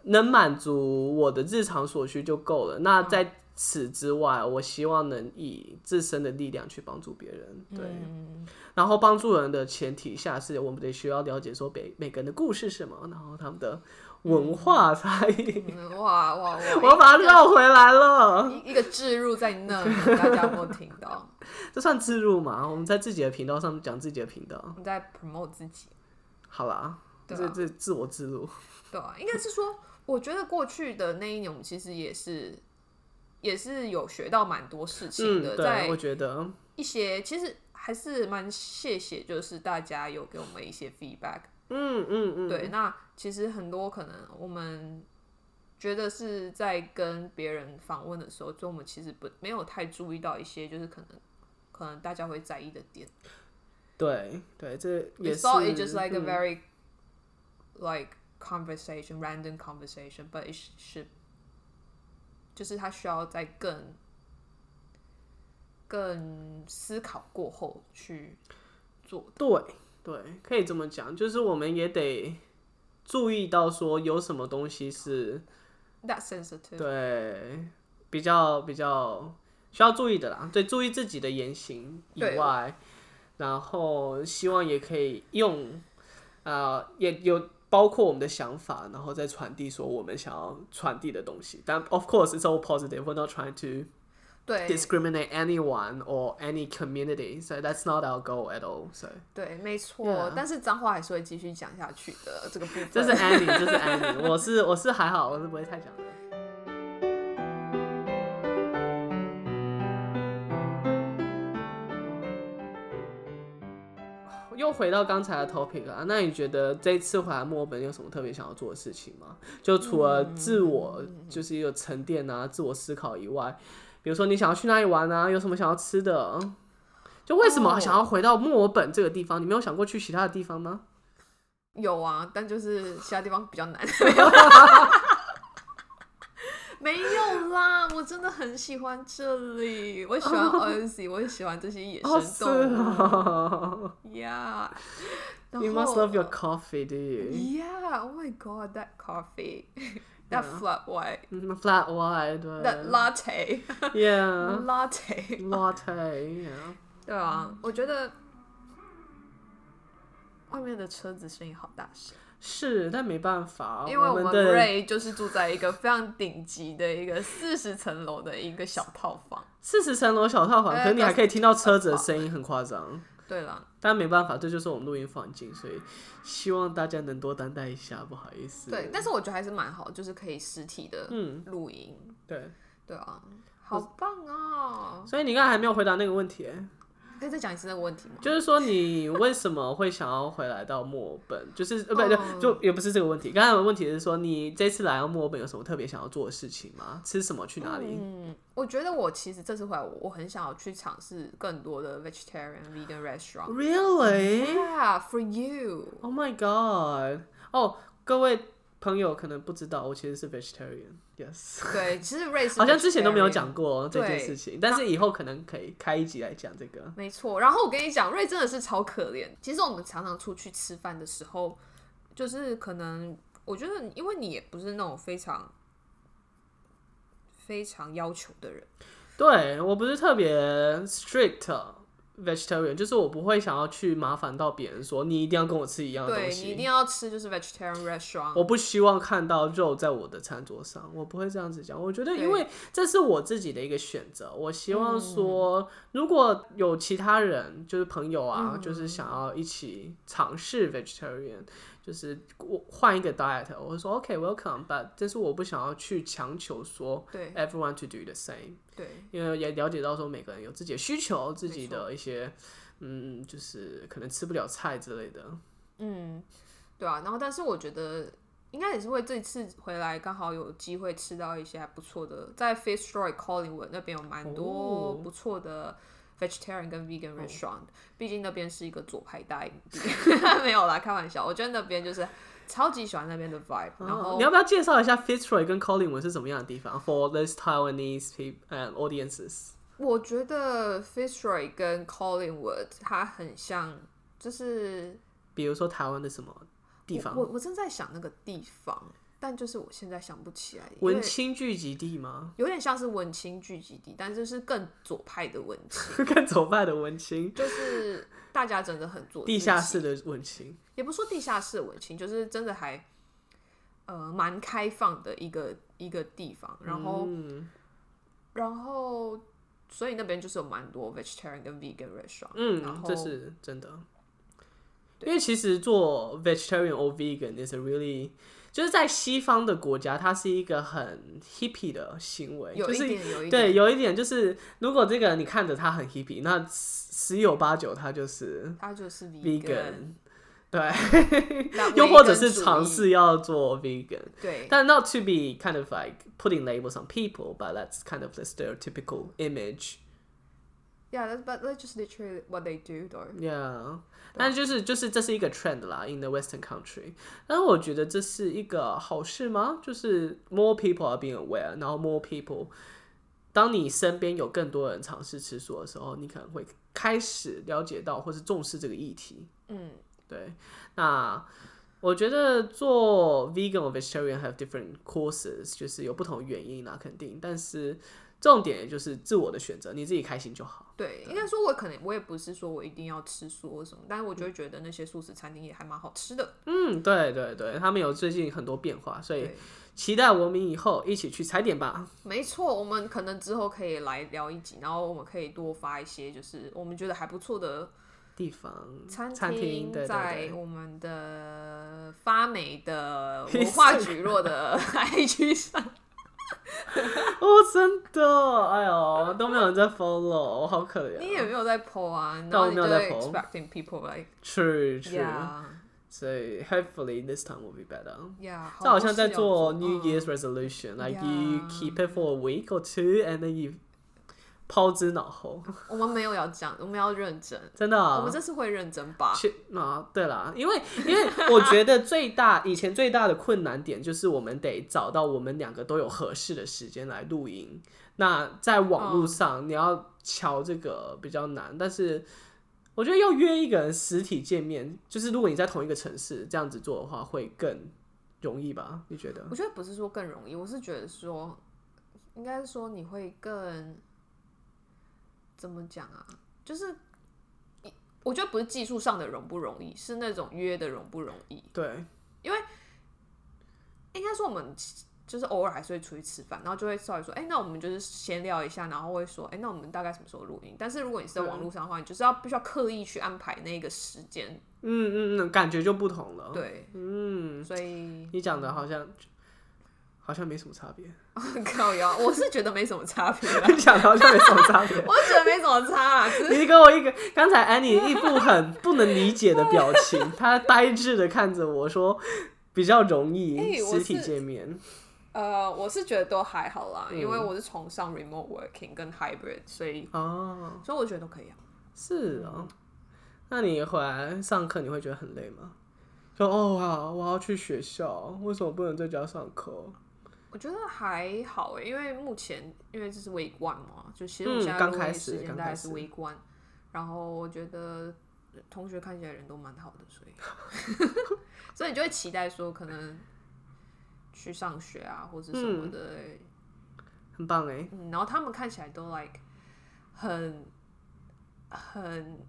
[SPEAKER 1] 能满足我的日常所需就够了。那在此之外，我希望能以自身的力量去帮助别人。对，
[SPEAKER 2] 嗯，
[SPEAKER 1] 然后帮助人的前提下，是我们得需要了解说每每个人的故事是什么，然后他们的文化差异。
[SPEAKER 2] 嗯哇哇哇！
[SPEAKER 1] 我把它绕回来了，
[SPEAKER 2] 一一个置入在那，大家有没有听 到？
[SPEAKER 1] 这算自入嘛？我们在自己的频道上讲自己的频道，
[SPEAKER 2] 我们在 promote 自己，
[SPEAKER 1] 好啦，
[SPEAKER 2] 对啊
[SPEAKER 1] 这这自我自入。
[SPEAKER 2] 对啊，应该是说，我觉得过去的那一年，我们其实也是也是有学到蛮多事情
[SPEAKER 1] 嗯，
[SPEAKER 2] 的，
[SPEAKER 1] 对，我
[SPEAKER 2] 在
[SPEAKER 1] 觉得，
[SPEAKER 2] 一些其实还是蛮谢谢，就是大家有给我们一些 feedback。
[SPEAKER 1] 嗯嗯嗯，
[SPEAKER 2] 对，那其实很多可能我们觉得是在跟别人访问的时候，就我们其实不没有太注意到一些，就是可能可能大家会在意的点。
[SPEAKER 1] 对对，这也
[SPEAKER 2] We
[SPEAKER 1] 是
[SPEAKER 2] saw it just like a
[SPEAKER 1] 嗯
[SPEAKER 2] very like conversation, random conversation, but it should 就是他需要在更更思考过后去做。
[SPEAKER 1] 对对，可以这么讲，就是我们也得注意到说有什么东西是
[SPEAKER 2] That sensitive，
[SPEAKER 1] 对比较比较需要注意的啦，对，注意自己的言行以
[SPEAKER 2] 对
[SPEAKER 1] 外，然后希望也可以用啊、呃也有。包括我们的想法，然后再传递说我们想要传递的东西。但 of course it's all positive. We're not trying to
[SPEAKER 2] 对
[SPEAKER 1] discriminate anyone or any community. So that's not our goal at all. So
[SPEAKER 2] 对，没错。
[SPEAKER 1] Yeah
[SPEAKER 2] 但是脏话还是会继续讲下去的这个部分。
[SPEAKER 1] 啊这是 Annie，这 是 Annie，我是我是还好，我是不会太讲的。又回到刚才的 topic 啊，那你觉得这一次回来墨尔本有什么特别想要做的事情吗？就除了自我就是有沉淀啊、自我思考以外，比如说你想要去哪里玩啊，有什么想要吃的？就为什么
[SPEAKER 2] 哦
[SPEAKER 1] 想要回到墨尔本这个地方？你没有想过去其他的地方吗？
[SPEAKER 2] 有啊，但就是其他地方比较 难。没有啦，我真的很喜欢这里，我喜 欢 Aussie，我也喜欢这些野
[SPEAKER 1] 哦，
[SPEAKER 2] 生
[SPEAKER 1] 是
[SPEAKER 2] 动 物。
[SPEAKER 1] 哦。
[SPEAKER 2] Yeah，然
[SPEAKER 1] You must love your
[SPEAKER 2] 后
[SPEAKER 1] coffee, do you?
[SPEAKER 2] Yeah, oh my god, that coffee,
[SPEAKER 1] Yeah.
[SPEAKER 2] that flat white,
[SPEAKER 1] Mm, Flat white. uh,
[SPEAKER 2] that latte,
[SPEAKER 1] yeah.
[SPEAKER 2] latte.
[SPEAKER 1] Latte. Yeah.
[SPEAKER 2] 对啊，我觉得外面的车子声音好大声。
[SPEAKER 1] 是，但没办法，
[SPEAKER 2] 因为我
[SPEAKER 1] 们
[SPEAKER 2] 们
[SPEAKER 1] 的
[SPEAKER 2] Ray 就是住在一个非常顶级的一个四十层楼的一个小套房。
[SPEAKER 1] 四十层楼小套房，
[SPEAKER 2] 哎
[SPEAKER 1] 可是你还可以听到车子的
[SPEAKER 2] 搞
[SPEAKER 1] 声音，很夸
[SPEAKER 2] 呃
[SPEAKER 1] 张。
[SPEAKER 2] 对了，
[SPEAKER 1] 但没办法，这就是我们录音环境，所以希望大家能多担待一下，不好意思。
[SPEAKER 2] 对，但是我觉得还是蛮好，就是可以实体的
[SPEAKER 1] 嗯，
[SPEAKER 2] 录音。
[SPEAKER 1] 对。
[SPEAKER 2] 对啊，
[SPEAKER 1] 嗯
[SPEAKER 2] 好棒啊！
[SPEAKER 1] 所以你刚才还没有回答那个问题，
[SPEAKER 2] 可以再讲一次那个问题吗？
[SPEAKER 1] 就是说你为什么会想要回来到墨尔本？ 就是呃，不
[SPEAKER 2] 哦
[SPEAKER 1] 对，就也不是这个问题。刚才我的问题是说，你这次来到墨尔本有什么特别想要做的事情吗？吃什么？去哪里？
[SPEAKER 2] 嗯，我觉得我其实这次回来，我我很想要去尝试更多的 vegetarian vegan restaurant。
[SPEAKER 1] Really?
[SPEAKER 2] Yeah, for you.
[SPEAKER 1] Oh my god! 哦，各位朋友可能不知道，我其实是 vegetarian。Yes，
[SPEAKER 2] 对，其实 Ray 是
[SPEAKER 1] 好像之前都没有
[SPEAKER 2] vegetarian
[SPEAKER 1] 讲过这件事情，但是以后可能可以开一集来讲这个。
[SPEAKER 2] 没错，然后我跟你讲，瑞真的是超可怜。其实我们常常出去吃饭的时候，就是可能我觉得，因为你也不是那种非常非常要求的人，
[SPEAKER 1] 对我不是特别 strict vegetarian，就是我不会想要去麻烦到别人说你一定要跟我吃一样的东
[SPEAKER 2] 对你一
[SPEAKER 1] 西。
[SPEAKER 2] 定要吃就是 vegetarian restaurant。
[SPEAKER 1] 我不希望看到肉在我的餐桌上，我不会这样子讲。我觉得，因为这是我自己的一个选择，我希望说，
[SPEAKER 2] 嗯
[SPEAKER 1] 如果有其他人，就是朋友啊，就是想要一起尝试 vegetarian，就是我换一个 diet，我会说 OK welcome，but 但是我不想要去强求说
[SPEAKER 2] 对
[SPEAKER 1] everyone to do the same，
[SPEAKER 2] 对
[SPEAKER 1] 因为也了解到说每个人有自己的需求，自己
[SPEAKER 2] 没错
[SPEAKER 1] 的一些嗯，就是可能吃不了菜之类的。
[SPEAKER 2] 嗯，对啊。然后，但是我觉得应该也是会这次回来刚好有机会吃到一些还不错的，在 Fish Story Collingwood 那边有蛮多
[SPEAKER 1] 哦
[SPEAKER 2] 不错的 vegetarian 跟 vegan restaurant、毕竟那边是一个左派大营地， 没有啦，开玩笑。我觉得那边就是超级喜欢那边的 vibe，、然
[SPEAKER 1] 哦
[SPEAKER 2] 后
[SPEAKER 1] 你要不要介绍一下 Fitzroy 跟 Collingwood 是什么样的地方？For those Taiwanese people and audiences，
[SPEAKER 2] 我觉得 Fitzroy 跟 Collingwood 它很像，就是
[SPEAKER 1] 比如说台湾的什么地方
[SPEAKER 2] 我？我我正在想那个地方，但就是我现在想不起来，因
[SPEAKER 1] 文
[SPEAKER 2] 为
[SPEAKER 1] 青聚集地吗？
[SPEAKER 2] 有点像是文青聚集地，但就是更左派的文青，
[SPEAKER 1] 看走派的文青，
[SPEAKER 2] 就是大家真的很做自
[SPEAKER 1] 地
[SPEAKER 2] 己
[SPEAKER 1] 下室的文青。
[SPEAKER 2] 也不是说地下室的文青，就是真的还呃蛮开放的一个一个地方，然后、
[SPEAKER 1] 嗯
[SPEAKER 2] 然后所以那边就是有蛮多 vegetarian 跟 vegan restaurant，然
[SPEAKER 1] 嗯，
[SPEAKER 2] 后
[SPEAKER 1] 这是真的。因为其实做 vegetarian or vegan is a really 就是在西方的国家，它是一个很 hippie 的行为，
[SPEAKER 2] 有
[SPEAKER 1] 就
[SPEAKER 2] 一
[SPEAKER 1] 是
[SPEAKER 2] 点有一点
[SPEAKER 1] 对，有一点就是，如果这个人你看着他很 hippie，那十十有八九他就是
[SPEAKER 2] 它就是 vegan，
[SPEAKER 1] vegan，对，
[SPEAKER 2] 那
[SPEAKER 1] 又
[SPEAKER 2] vegan
[SPEAKER 1] 或者是
[SPEAKER 2] 主义
[SPEAKER 1] 尝试要做 vegan，
[SPEAKER 2] 对。
[SPEAKER 1] 但 not to be kind of like putting labels on people, but that's kind of the stereotypical image.
[SPEAKER 2] Yeah, that's but that's just literally what they do, though.
[SPEAKER 1] Yeah，但就是就是这是一个 trend 啦，in the Western country。但是我觉得这是一个好事吗？就是 more people are being aware，然后 more people，当你身边有更多人尝试吃素的时候，你可能会开始了解到或是重视这个议题。
[SPEAKER 2] 嗯，
[SPEAKER 1] 对，那我觉得做 vegan or vegetarian have different courses，就是有不同原因啦，肯定。但是重点也就是自我的选择，你自己开心就好。
[SPEAKER 2] 对，应该说我可能我也不是说我一定要吃素或什么，但是我就会觉得那些素食餐厅也还蛮好吃的。
[SPEAKER 1] 嗯，对对对，他们有最近很多变化，所以
[SPEAKER 2] 对，
[SPEAKER 1] 期待我们以后一起去踩点吧。
[SPEAKER 2] 没错，我们可能之后可以来聊一集，然后我们可以多发一些就是我们觉得还不错的
[SPEAKER 1] 地方
[SPEAKER 2] 餐
[SPEAKER 1] 嗯餐厅，对对
[SPEAKER 2] 在
[SPEAKER 1] 对，
[SPEAKER 2] 我们的发霉的 文化局落的
[SPEAKER 1] 啊
[SPEAKER 2] IG 上。
[SPEAKER 1] 哦，真的，哎呦，都没有人在 follow，我好可
[SPEAKER 2] 你也
[SPEAKER 1] 怜。
[SPEAKER 2] 没有在 PO 啊，然
[SPEAKER 1] 但我
[SPEAKER 2] 后你
[SPEAKER 1] 没
[SPEAKER 2] 就
[SPEAKER 1] 有在
[SPEAKER 2] 会
[SPEAKER 1] po
[SPEAKER 2] expecting people like
[SPEAKER 1] True true，
[SPEAKER 2] yeah
[SPEAKER 1] 所以 hopefully this time will be better。
[SPEAKER 2] yeah，
[SPEAKER 1] 这好像在做
[SPEAKER 2] 做
[SPEAKER 1] New
[SPEAKER 2] 嗯
[SPEAKER 1] Year's resolution, like you
[SPEAKER 2] Yeah.
[SPEAKER 1] keep it for a week or two, and then you 抛之脑后。
[SPEAKER 2] 我们没有要讲，我们要 认真。
[SPEAKER 1] 真的、
[SPEAKER 2] 我
[SPEAKER 1] 啊
[SPEAKER 2] 们，这次会认真吧？
[SPEAKER 1] 去啊，对啦，因为因为我觉得最大以前最大的困难点就是我们得找到我们两个都有合适的时间来录音。那在网络上你要瞧这个比较难，但是我觉得要约一个人实体见面，就是如果你在同一个城市这样子做的话，会更容易吧？你觉得？
[SPEAKER 2] 我觉得不是说更容易，我是觉得说，应该是说你会更怎么讲啊？就是一我觉得不是技术上的容不容易，是那种约的容不容易。
[SPEAKER 1] 对，
[SPEAKER 2] 应该说我们就是偶尔还是会出去吃饭，然后就会稍微说，哎、那我们就是闲聊一下，然后会说，哎、那我们大概什么时候录音？但是如果你是在网络上的话，你就是要必须要刻意去安排那个时间，
[SPEAKER 1] 嗯嗯嗯，感觉就不同了。
[SPEAKER 2] 对，
[SPEAKER 1] 嗯，
[SPEAKER 2] 所以
[SPEAKER 1] 你讲的好像好像没什么差别，
[SPEAKER 2] 靠腰，我是觉得没什么差 别啦。
[SPEAKER 1] 你讲的好像没什么差别。
[SPEAKER 2] 我觉得没什么差啦，只是
[SPEAKER 1] 你给我一个，刚才安妮一副很不能理解的表情，她呆滞的看着我说，比较容易
[SPEAKER 2] 哎我
[SPEAKER 1] 实
[SPEAKER 2] 是
[SPEAKER 1] 体见面，
[SPEAKER 2] 呃，我是觉得都还好啦，
[SPEAKER 1] 嗯
[SPEAKER 2] 因为我是崇尚 remote working 跟 hybrid，所以
[SPEAKER 1] 哦，
[SPEAKER 2] 所以我觉得都可以啊。
[SPEAKER 1] 是哦。那你回来上课你会觉得很累吗？说哦啊，我要去学校，为什么不能在家上课？
[SPEAKER 2] 我觉得还好欸诶、因为目前因为这是 week one 嘛，就其实我
[SPEAKER 1] 嗯
[SPEAKER 2] 现在
[SPEAKER 1] 刚
[SPEAKER 2] 录音
[SPEAKER 1] 开始
[SPEAKER 2] 时间
[SPEAKER 1] 刚
[SPEAKER 2] 大概
[SPEAKER 1] 开
[SPEAKER 2] 是
[SPEAKER 1] 始
[SPEAKER 2] week one，然后我觉得同学看起来人都蛮好的，所以 所以你就会期待说可能去上学啊或者什
[SPEAKER 1] 嗯
[SPEAKER 2] 么的、
[SPEAKER 1] 很棒哎，
[SPEAKER 2] 嗯，然后他们看起来都 like 很很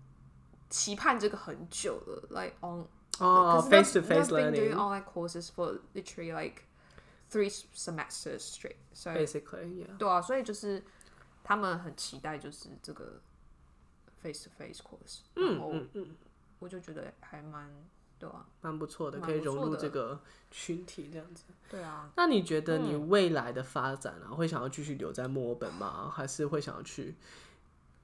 [SPEAKER 2] 期盼这个很久了，like on
[SPEAKER 1] 哦
[SPEAKER 2] 'cause
[SPEAKER 1] Oh, ，face to
[SPEAKER 2] they've-
[SPEAKER 1] face
[SPEAKER 2] they've been doing
[SPEAKER 1] learning。
[SPEAKER 2] online courses for literally like three semesters straight. So
[SPEAKER 1] Basically, yeah.
[SPEAKER 2] 对啊，所以就是他们很期待就是这个 face to face course，然后
[SPEAKER 1] 嗯嗯嗯，
[SPEAKER 2] 我就觉得还蛮对啊，
[SPEAKER 1] 蛮不错的，
[SPEAKER 2] 蛮
[SPEAKER 1] 可以
[SPEAKER 2] 不错
[SPEAKER 1] 融入
[SPEAKER 2] 的
[SPEAKER 1] 这个群体这样子。
[SPEAKER 2] 对啊，
[SPEAKER 1] 那你觉得你未来的发展啊，会想要继续留在墨尔本吗？还是会想要去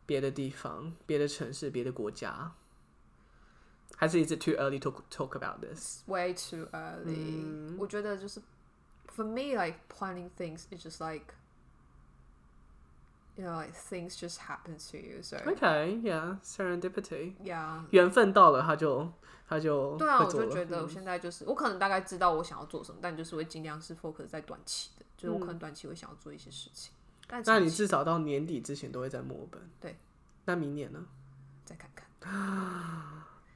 [SPEAKER 1] 别的地方、别的城市、别的国家？还是 is it too early to talk about this？
[SPEAKER 2] it's way too early、我
[SPEAKER 1] Mm。
[SPEAKER 2] 觉得就是 for me like planning things is just like you know like things just happen to you so
[SPEAKER 1] Okay, yeah, serendipity，
[SPEAKER 2] yeah
[SPEAKER 1] 缘分到了，他就他就
[SPEAKER 2] 啊对啊，
[SPEAKER 1] 会
[SPEAKER 2] 我
[SPEAKER 1] 走
[SPEAKER 2] 就
[SPEAKER 1] 了嗯
[SPEAKER 2] 觉得我现在就是，我可能大概知道我想要做什么，但就是会尽量是 focus 在短期的，就是我可能短期会想要做一些事情，但
[SPEAKER 1] 嗯那
[SPEAKER 2] 长
[SPEAKER 1] 你
[SPEAKER 2] 期
[SPEAKER 1] 至少到年底之前都会在墨尔本。
[SPEAKER 2] 对，
[SPEAKER 1] 那明年呢？
[SPEAKER 2] 再看看。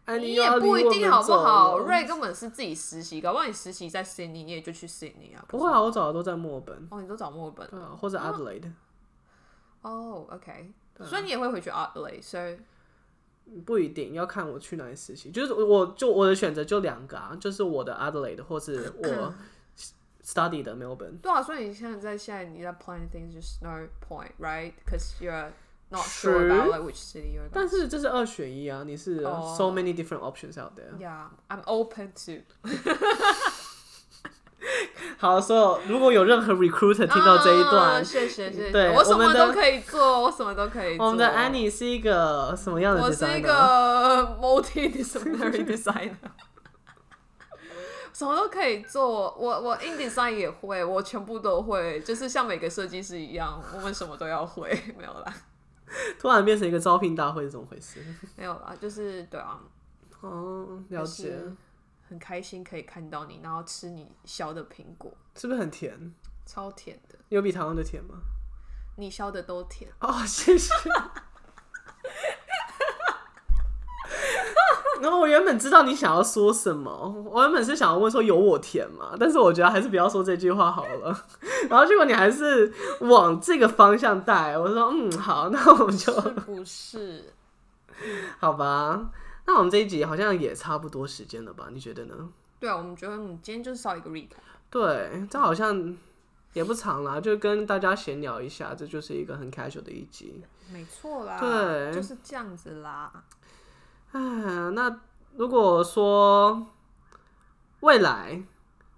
[SPEAKER 1] 哎，
[SPEAKER 2] 你
[SPEAKER 1] 又要
[SPEAKER 2] 也不
[SPEAKER 1] 离
[SPEAKER 2] 一
[SPEAKER 1] 我
[SPEAKER 2] 定
[SPEAKER 1] 们
[SPEAKER 2] 好不
[SPEAKER 1] 走
[SPEAKER 2] 好，
[SPEAKER 1] 了
[SPEAKER 2] 瑞根本是自己实习，搞不好你实习在 Sydney，你也就去 Sydney 啊。
[SPEAKER 1] 不会啊，我找的都在墨尔本，
[SPEAKER 2] 哦，你都找墨尔本
[SPEAKER 1] 对啊，或者 Adelaide，、
[SPEAKER 2] 哦，OK，所
[SPEAKER 1] 啊
[SPEAKER 2] 以你也会回去 Adelaide，所以
[SPEAKER 1] 不一定要看我去哪里实习。就是我就我的选择就两个啊，就是我的 Adelaide 或 是我 study 的 Melbourne。
[SPEAKER 2] 对啊，所以你现在在现在你在 plan things just no point right，because you're not sure
[SPEAKER 1] True.
[SPEAKER 2] about like which city you're.
[SPEAKER 1] 但是这是二选一啊，你是
[SPEAKER 2] 哦
[SPEAKER 1] so many different options out there。
[SPEAKER 2] Yeah, I'm open to.
[SPEAKER 1] 好，所有如果有任何 recruiter 听到这一段
[SPEAKER 2] 啊、，谢谢谢谢，
[SPEAKER 1] 对
[SPEAKER 2] 我什
[SPEAKER 1] 我
[SPEAKER 2] 么
[SPEAKER 1] 们的
[SPEAKER 2] 都可以做，我什么都可以做。啊
[SPEAKER 1] 我们的 Annie 是一个什么样的
[SPEAKER 2] 我
[SPEAKER 1] designer？
[SPEAKER 2] 是一个 multidisciplinary designer，什么都可以做。我我 InDesign 也会，我全部都会，就是像每个设计师一样，我们什么都要会。没有啦，
[SPEAKER 1] 突然变成一个招聘大会是怎么回事？
[SPEAKER 2] 没有啦，就是对啊，
[SPEAKER 1] 哦，了解，
[SPEAKER 2] 就是很开心可以看到你，然后吃你削的苹果，
[SPEAKER 1] 是不是很甜？
[SPEAKER 2] 超甜的，
[SPEAKER 1] 有比台湾的甜吗？
[SPEAKER 2] 你削的都甜。
[SPEAKER 1] 哦，谢谢。 然后我原本知道你想要说什么，我原本是想要问说有我甜吗？但是我觉得还是不要说这句话好了。 然后结果你还是往这个方向带，我说嗯好，那我们就是
[SPEAKER 2] 不是？
[SPEAKER 1] 好吧。那我们这一集好像也差不多时间了吧？你觉得呢？
[SPEAKER 2] 对啊，我们觉得我们今天就是少一个 recap。
[SPEAKER 1] 对，这好像也不长啦，就跟大家闲聊一下，这就是一个很 casual 的一集。
[SPEAKER 2] 没错啦，
[SPEAKER 1] 对
[SPEAKER 2] 就是这样子啦。
[SPEAKER 1] 哎，那如果说未来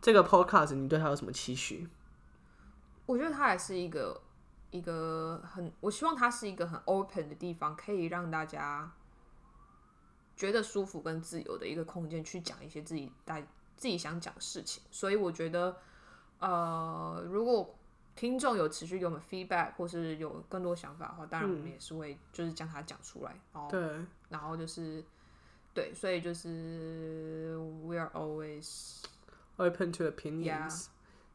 [SPEAKER 1] 这个 podcast 你对它有什么期许？
[SPEAKER 2] 我觉得它也是一个一个很，我希望它是一个很 open 的地方，可以让大家觉得舒服跟自由的一个空间，去讲一些自己大自己想讲的事情。所以我觉得，呃，如果听众有持续给我们 feedback，或是有更多想法的话，当然我们也是会就是将它讲出来，然后
[SPEAKER 1] 对，
[SPEAKER 2] 然后就是对，所以就是 we are always
[SPEAKER 1] open to opinions。
[SPEAKER 2] Yeah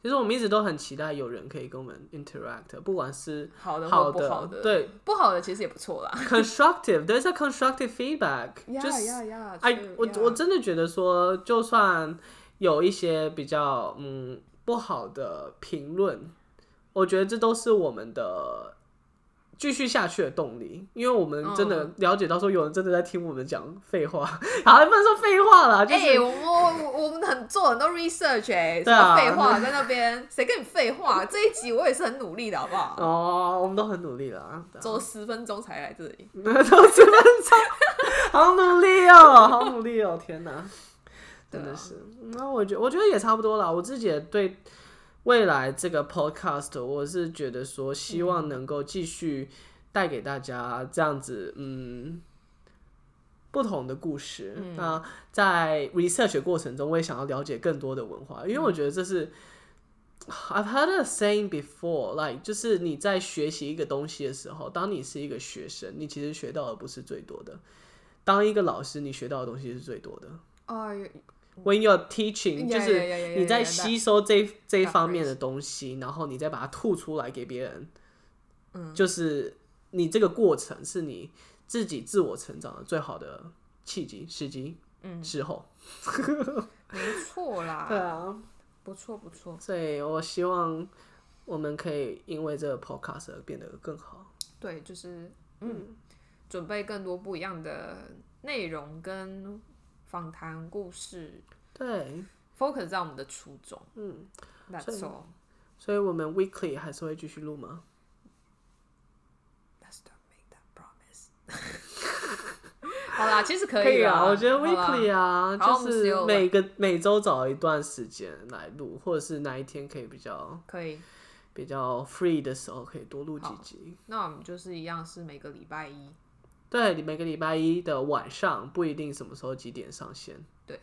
[SPEAKER 1] 其实我们一直都很期待有人可以跟我们 interact，不管是
[SPEAKER 2] 好的
[SPEAKER 1] 好
[SPEAKER 2] 或不
[SPEAKER 1] 的
[SPEAKER 2] 好的，
[SPEAKER 1] 对，
[SPEAKER 2] 不好的其实也不错啦。
[SPEAKER 1] constructive，there's a constructive feedback，就是
[SPEAKER 2] yeah, yeah,
[SPEAKER 1] I
[SPEAKER 2] true,
[SPEAKER 1] 哎我
[SPEAKER 2] yeah.
[SPEAKER 1] 我真的觉得说，就算有一些比较嗯不好的评论，我觉得这都是我们的继续下去的动力，因为我们真的了解到说，有人真的在听我们讲废话， 好，不能说废话啦，就是、
[SPEAKER 2] 哎、我们我我我们很做很多 research 哎、什
[SPEAKER 1] 对啊
[SPEAKER 2] 么废话在那边，谁跟你 废话？这一集我也是很努力的，好不好？
[SPEAKER 1] 哦，我们都很努力啦，对啊
[SPEAKER 2] 走十分钟才来这里，
[SPEAKER 1] 都十分钟，好努力哦，好努力哦，天哪，
[SPEAKER 2] 对
[SPEAKER 1] 真
[SPEAKER 2] 啊
[SPEAKER 1] 的是。那我觉我觉得也差不多啦，我自己也对未来这个 podcast，我是觉得说，希
[SPEAKER 2] 嗯
[SPEAKER 1] 望能够继续带给大家这样子，嗯。不同的故事，
[SPEAKER 2] 嗯
[SPEAKER 1] 那在 research 的过程中，我也想要了解更多的文化，因
[SPEAKER 2] 嗯
[SPEAKER 1] 为我觉得这是 I've heard a saying before, like 就是你在学习一个东西的时候，当你是一个学生，你其实学到的不是最多的；当一个老师，你学到的东西是最多的。
[SPEAKER 2] 哦，
[SPEAKER 1] When you're teaching，就
[SPEAKER 2] Yeah,
[SPEAKER 1] 是
[SPEAKER 2] yeah, yeah, yeah,
[SPEAKER 1] 你在
[SPEAKER 2] yeah, that-
[SPEAKER 1] 吸收这这一
[SPEAKER 2] that
[SPEAKER 1] 方面的东西，然后你再把它吐出来给别人，嗯，就是你这个过程是你自己自我成长的最好的契机、时机、嗯，时候。
[SPEAKER 2] 没 错啦，
[SPEAKER 1] 啊，
[SPEAKER 2] 不错不错，
[SPEAKER 1] 所以我希望我们可以因为这个 podcast 而变得更好。
[SPEAKER 2] 对，就是嗯，准备更多不一样的内容跟访谈故事
[SPEAKER 1] 对，
[SPEAKER 2] ，focus 在我们的初衷，嗯，That's all。
[SPEAKER 1] 所以我们 weekly 还是会继续录吗？
[SPEAKER 2] Let's don't make that promise. 好啦，其实可
[SPEAKER 1] 可以
[SPEAKER 2] 啦，
[SPEAKER 1] 啊，我觉得
[SPEAKER 2] 好啦
[SPEAKER 1] weekly 啊，
[SPEAKER 2] 好我
[SPEAKER 1] 就
[SPEAKER 2] 们只
[SPEAKER 1] 是
[SPEAKER 2] 有
[SPEAKER 1] 每个每周找一段时间来录，或者是哪一天可以比较
[SPEAKER 2] 可以。
[SPEAKER 1] 比较 free 的时候，可以多录几
[SPEAKER 2] 好
[SPEAKER 1] 集。
[SPEAKER 2] 那我们就是一样是每个礼拜一，
[SPEAKER 1] 对，你每个礼拜一的晚上不一定什么时候几点上线，
[SPEAKER 2] 对，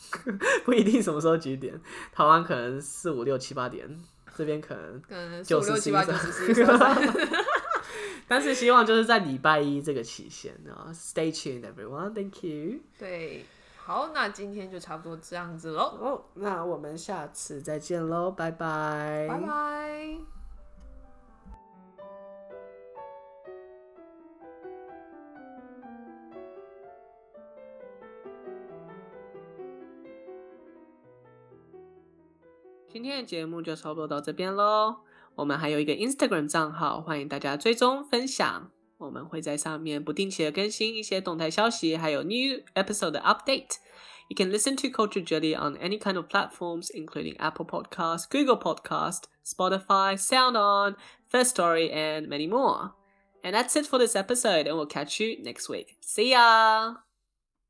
[SPEAKER 1] 不一定什么时候几点，台湾可能四五六七八点，这边可能，
[SPEAKER 2] 跟四五
[SPEAKER 1] 九
[SPEAKER 2] 六
[SPEAKER 1] 十
[SPEAKER 2] 七
[SPEAKER 1] 七
[SPEAKER 2] 八九十十一十二十三
[SPEAKER 1] 但是希望就是在礼拜一这个期限啊，Stay tuned everyone，Thank you。
[SPEAKER 2] 对，好，那今天就差不多这样子喽，
[SPEAKER 1] 哦，那我们下次再见喽，拜拜，
[SPEAKER 2] 拜拜。
[SPEAKER 1] 今天的节目就差不多到这边喽。我们还有一个 Instagram 账号，欢迎大家追踪分享。我们会在上面不定期的更新一些动态消息，还有 new episode 的 update。You can listen to Culture Jelly on any kind of platforms, including Apple Podcast, Google Podcast, Spotify, SoundOn, First Story, and many more. And that's it for this episode, and we'll catch you next week. See ya!